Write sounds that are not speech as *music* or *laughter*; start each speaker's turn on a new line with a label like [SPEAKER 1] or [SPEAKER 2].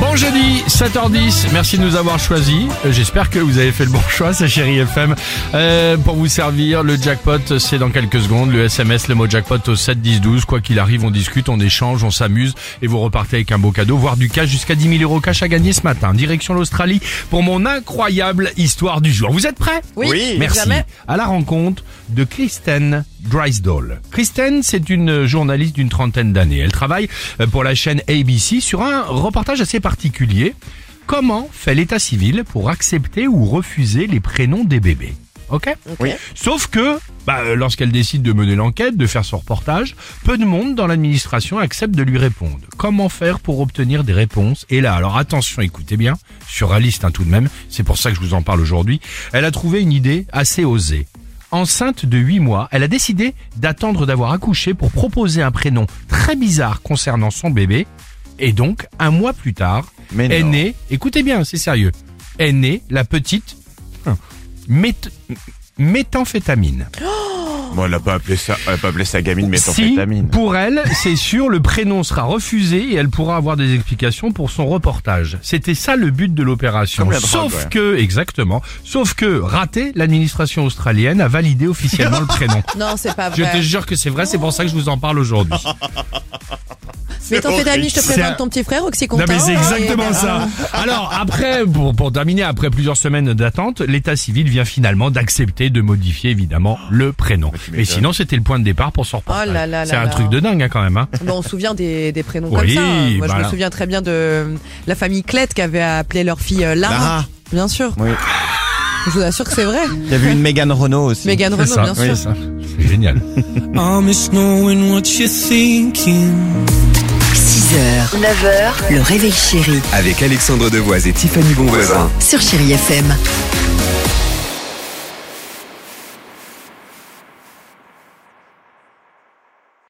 [SPEAKER 1] Bon jeudi, 7h10, merci de nous avoir choisis. Euh, J'espère que vous avez fait le bon *laughs* choix, c'est Chéri FM. Euh, pour vous servir, le jackpot, c'est dans quelques secondes. Le SMS, le mot jackpot au 7 10 12. Quoi qu'il arrive, on discute, on échange, on s'amuse et vous repartez avec un beau cadeau, voire du cash jusqu'à 10 000 euros cash à gagner ce matin. Direction l'Australie pour mon incroyable histoire du jour. Vous êtes prêts
[SPEAKER 2] Oui,
[SPEAKER 1] Merci.
[SPEAKER 2] jamais.
[SPEAKER 1] À la rencontre de Kristen Drysdale. Kristen, c'est une journaliste d'une trentaine d'années. Elle travaille euh, pour la chaîne ABC sur un reportage assez particulier. Comment fait l'état civil pour accepter ou refuser les prénoms des bébés Ok
[SPEAKER 2] Oui.
[SPEAKER 1] Sauf que, bah, euh, lorsqu'elle décide de mener l'enquête, de faire son reportage, peu de monde dans l'administration accepte de lui répondre. Comment faire pour obtenir des réponses Et là, alors attention, écoutez bien, surréaliste hein, tout de même, c'est pour ça que je vous en parle aujourd'hui, elle a trouvé une idée assez osée. Enceinte de 8 mois, elle a décidé d'attendre d'avoir accouché pour proposer un prénom très bizarre concernant son bébé. Et donc, un mois plus tard,
[SPEAKER 2] Mais
[SPEAKER 1] est
[SPEAKER 2] non.
[SPEAKER 1] née, écoutez bien, c'est sérieux, est née la petite hein, méth- méthamphétamine.
[SPEAKER 2] Bon, elle a pas appelé ça, elle a pas appelé sa gamine
[SPEAKER 1] Si,
[SPEAKER 2] méthamphétamine.
[SPEAKER 1] pour elle, c'est sûr, le prénom sera refusé et elle pourra avoir des explications pour son reportage. C'était ça le but de l'opération.
[SPEAKER 2] Comme la drogue,
[SPEAKER 1] Sauf
[SPEAKER 2] ouais.
[SPEAKER 1] que, exactement, sauf que, raté, l'administration australienne a validé officiellement le prénom.
[SPEAKER 3] Non, c'est pas
[SPEAKER 1] Je te
[SPEAKER 3] vrai.
[SPEAKER 1] jure que c'est vrai, c'est pour ça que je vous en parle aujourd'hui.
[SPEAKER 3] Mais ton je te
[SPEAKER 1] C'est un-
[SPEAKER 3] présente ton petit frère
[SPEAKER 1] Non
[SPEAKER 3] OxyContin.
[SPEAKER 1] mais c'est
[SPEAKER 3] et-
[SPEAKER 1] exactement ça. Alors après, pour, pour terminer, après plusieurs semaines d'attente, l'état civil vient finalement d'accepter de modifier évidemment le prénom. Mais
[SPEAKER 2] m'étonnes.
[SPEAKER 1] sinon c'était le point de départ pour son reportage.
[SPEAKER 3] Oh là là
[SPEAKER 1] c'est
[SPEAKER 3] là
[SPEAKER 1] un
[SPEAKER 3] là.
[SPEAKER 1] truc de dingue hein, quand même. Hein.
[SPEAKER 3] Bon, on se souvient des, des prénoms
[SPEAKER 1] Oui,
[SPEAKER 3] comme ça. hein. Moi, je
[SPEAKER 1] voilà.
[SPEAKER 3] me souviens très bien de la famille Clette qui avait appelé leur fille euh, Lara.
[SPEAKER 2] Lara.
[SPEAKER 3] Bien sûr.
[SPEAKER 2] Oui.
[SPEAKER 3] Je vous assure que c'est vrai.
[SPEAKER 2] Il y avait une Mégane Renault aussi.
[SPEAKER 3] Mégane
[SPEAKER 1] C'est ça,
[SPEAKER 3] Renault, bien sûr.
[SPEAKER 1] oui, ça. C'est génial.
[SPEAKER 4] Promise knowing what you're thinking.
[SPEAKER 5] 6h, 9h, le réveil chéri
[SPEAKER 6] Avec Alexandre Devoise et Tiffany Bonvoisin.
[SPEAKER 5] sur Chéri FM.